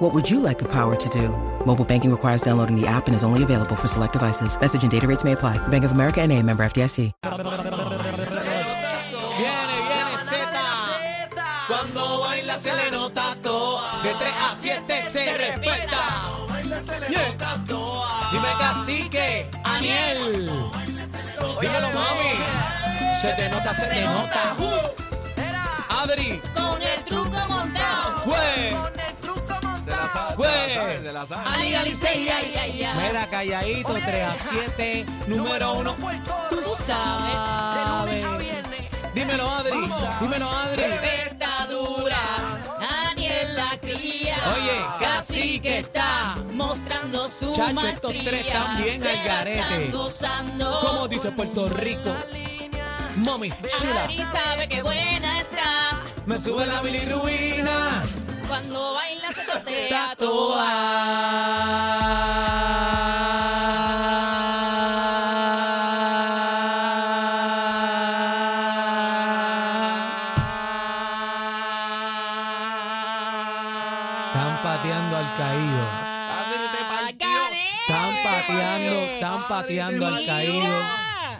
What would you like the power to do? Mobile banking requires downloading the app and is only available for select devices. Message and data rates may apply. Bank of America and a member FDIC. Viene, viene Z. Cuando baila se le nota toa. De 3 a 7 se respeta. Yeah. Dime cacique, Aniel. Dímelo, mami. Se te nota, se te nota. Uh. Adri, Con el truco montado. güey. Güey. de la sala. Ay, Alice, ay, ay, ay. Mira, calladito, 3 a 7, número 1. Tú De sabes. lunes a viernes. Dímelo, Adri. Dímelo, Adri. Está dura. Daniel la cría. Oye, casi que está. Mostrando su Chacho, maestría. estos tres están bien Se al la garete. están gozando Como dice pues, Puerto Rico. Mami, chila. Ari sabe que buena está. Me sube la bilirruina. Cuando baila se totea toa. Tatua. Están pateando al caído. Adri Ah, te partió. Garete. Están pateando, están Adri, pateando al mira. caído.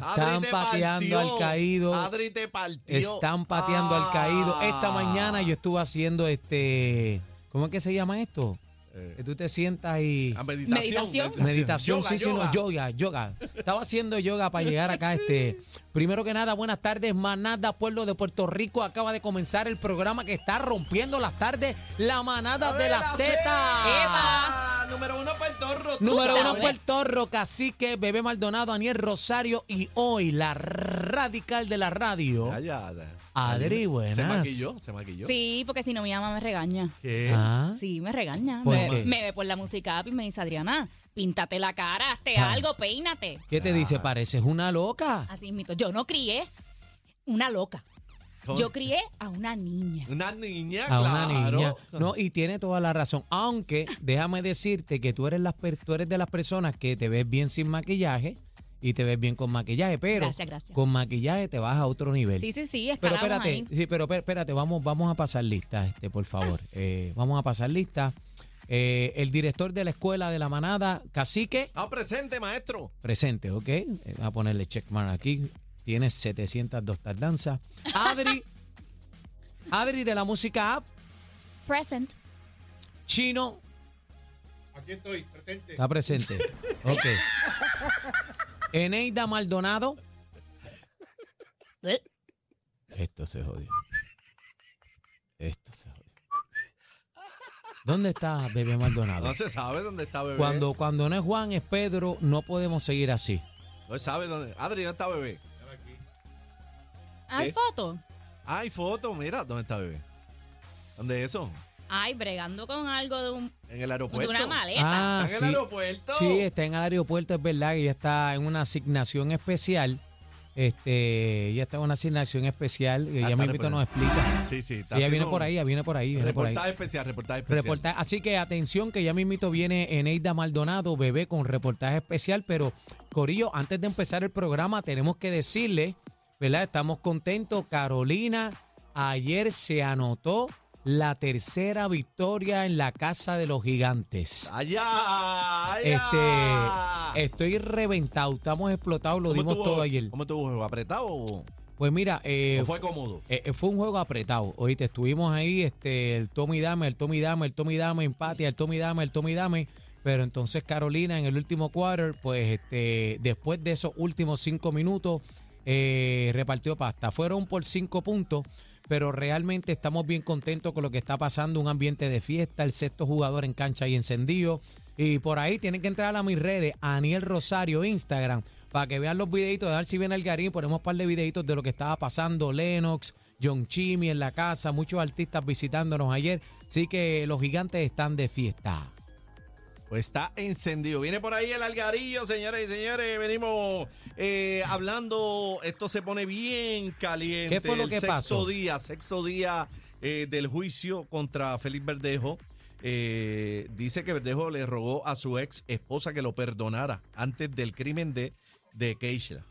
Adri Están te pateando partió. al caído. Adri te partió. Están pateando al caído. Esta Ah. mañana yo estuve haciendo este. ¿Cómo es que se llama esto? Eh. Que tú te sientas y. Ah, meditación. Meditación. Meditación, sí, sí, no, yoga, yoga. yoga. Estaba haciendo yoga para llegar acá. Este, primero que nada, buenas tardes, manada, pueblo de Puerto Rico. Acaba de comenzar el programa que está rompiendo las tardes, la manada de la Z. Ah, número uno para el torro. Número Tú uno sabes. Puerto Rico, Cacique, Bebé Maldonado, Aniel Rosario y hoy la radical de la radio. Calla, Adri. Adri, Se buenas. maquilló, se maquilló. Sí, porque si no mi mamá me regaña. ¿Qué? Ah, Sí, me regaña. ¿Por me, qué? me ve por la música y me dice, Adriana, píntate la cara, hazte Ah. algo, peínate. ¿Qué te dice? Pareces una loca. Así mito. Yo no crié una loca. ¿Cómo? Yo crié a una niña. Una niña, Ah, A una claro. niña. No, y tiene toda la razón. Aunque déjame decirte que tú eres, las per- tú eres de las personas que te ves bien sin maquillaje y te ves bien con maquillaje, pero Gracias, gracias. con maquillaje te vas a otro nivel. Sí, sí, sí, Pero escalamos espérate, ahí. sí, pero per- espérate, vamos, vamos a pasar lista, este, por favor. Ah. Eh, vamos a pasar lista. Eh, el director de la escuela de la manada, Cacique, Ah, presente, maestro. presente, ¿ok? Eh, Voy a ponerle checkmark aquí. Tienes 702 tardanzas. Adri, Adri de la música app, Present. Chino. Aquí estoy, presente. Está presente. Ok. Eneida Maldonado. Eh, Esto se jodió. Esto se jodió. ¿Dónde está Bebé Maldonado? No se sabe dónde está bebé. Cuando, cuando no es Juan, es Pedro, no podemos seguir así. No se sabe dónde. Adri, ¿dónde está bebé? Hay ¿Eh? foto. Ay, foto, mira, ¿dónde está bebé? ¿Dónde es eso? Ay, bregando con algo de, un- En el de aeropuerto. una maleta. Está en el Ah, sí. aeropuerto. Sí, está en el aeropuerto, es verdad, y está en una asignación especial. Este, ya está en una asignación especial. Ah, Ella está me invito, nos explica. Sí, sí, está Ella así viene como- por ahí, ella viene por ahí, viene por ahí. Reportaje especial, reportaje especial. Reporta- así que atención que ya mismito viene Eneida Maldonado, bebé, con reportaje especial, pero Corillo, antes de empezar el programa tenemos que decirle, ¿verdad? Estamos contentos, Carolina, ayer se anotó la tercera victoria en la Casa de los Gigantes. Allá, allá. Este, estoy reventado, estamos explotados, lo ¿Cómo dimos estuvo- todo ayer. ¿Cómo estuvo el juego? ¿Apretado o, Pues mira, eh, o fue cómodo? eh, eh, fue un juego apretado. Oíste, estuvimos ahí, este, el Tommy Dame, el Tommy Dame, el Tommy Dame, empate, el Tommy Dame, el Tommy Dame. Pero entonces Carolina en el último quarter, pues este, después de esos últimos cinco minutos, eh, repartió pasta. Fueron por cinco puntos, pero realmente estamos bien contentos con lo que está pasando, un ambiente de fiesta, el sexto jugador en cancha y encendido. Y por ahí tienen que entrar a mis redes, Aniel Rosario, Instagram, para que vean los videitos, a ver si viene el garín, ponemos un par de videitos de lo que estaba pasando, Lennox, John Chimmy en la casa, muchos artistas visitándonos ayer. Así que los gigantes están de fiesta. Pues está encendido. Viene por ahí el algarillo, señores y señores. Venimos eh, hablando. Esto se pone bien caliente. ¿Qué fue lo el que sexto pasó? día, sexto día eh, del juicio contra Félix Verdejo. Eh, dice que Verdejo le rogó a su ex esposa que lo perdonara antes del crimen de, de Keishla.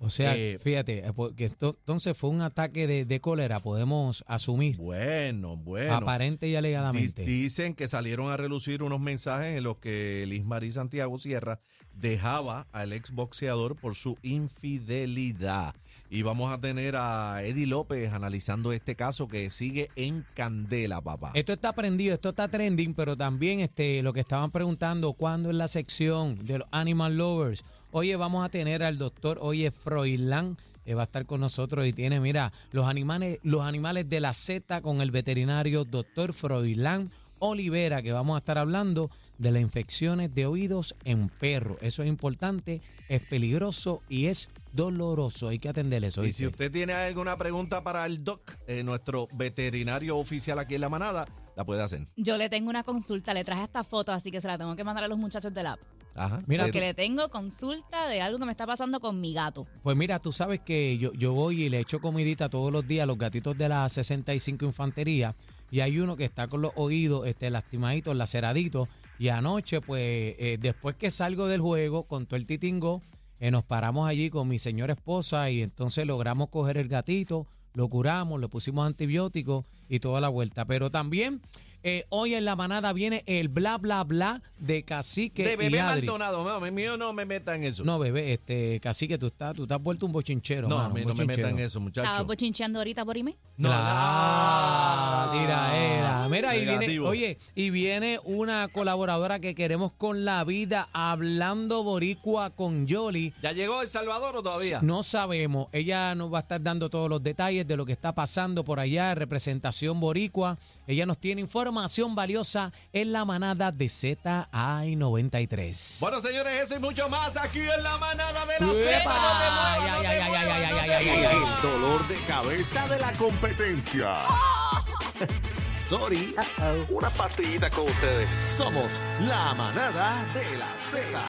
O sea, Eh, fíjate, eh, porque esto, entonces fue un ataque de, de cólera, podemos asumir, Bueno, bueno. aparente y Dis- alegadamente. Dicen que salieron a relucir unos mensajes en los que Liz Marie Santiago Sierra dejaba al exboxeador por su infidelidad. Y vamos a tener a Eddie López analizando este caso que sigue en candela, papá. Esto está prendido, esto está trending, pero también este, lo que estaban preguntando, ¿cuándo en la sección de los Animal Lovers? Oye, vamos a tener al doctor, oye, Froilán, eh, va a estar con nosotros y tiene, mira, los animales, los animales de la Z con el veterinario doctor Froilán Olivera, que vamos a estar hablando de las infecciones de oídos en perros. Eso es importante, es peligroso y es doloroso. Hay que atender eso. Y ¿viste? si usted tiene alguna pregunta para el doc, eh, nuestro veterinario oficial aquí en La Manada, la puede hacer. Yo le tengo una consulta, le traje esta foto, así que se la tengo que mandar a los muchachos del app. Ajá. Mira, Eh, Porque le tengo consulta de algo que me está pasando con mi gato. Pues mira, tú sabes que yo, yo voy y le echo comidita todos los días a los gatitos de la 65 Infantería y hay uno que está con los oídos este, lastimaditos, laceraditos y anoche pues eh, después que salgo del juego con todo el titingo eh, nos paramos allí con mi señora esposa y entonces logramos coger el gatito, lo curamos, le pusimos antibióticos y toda la vuelta. Pero también eh, hoy en la manada viene el bla bla bla de cacique de y bebé Adri. Maldonado, no, mío no me meta en eso. No, bebé, este, casi que tú estás, tú te has vuelto un bochinchero. No, mano, a mí un no me meta en bochinchero. eso, Estaba muchacho. bochincheando ahorita por email. No, Ah, no. tiraera. Mira, y viene, Negativo. oye, y viene una colaboradora que queremos con la vida, hablando boricua con Yoli. ¿Ya llegó El Salvador o todavía? No sabemos. Ella nos va a estar dando todos los detalles de lo que está pasando por allá, representación boricua. Ella nos tiene información valiosa en la manada de ZI93. Bueno, señores, eso y mucho más aquí en la manada de la ¡Epa! Z. Ay, No te muevas, no ay, te ay, muevas, ay, no ay, te ay, ay, muevas. El dolor de cabeza de la competencia. Sorry. Una partidita con ustedes. Somos la manada de la Z.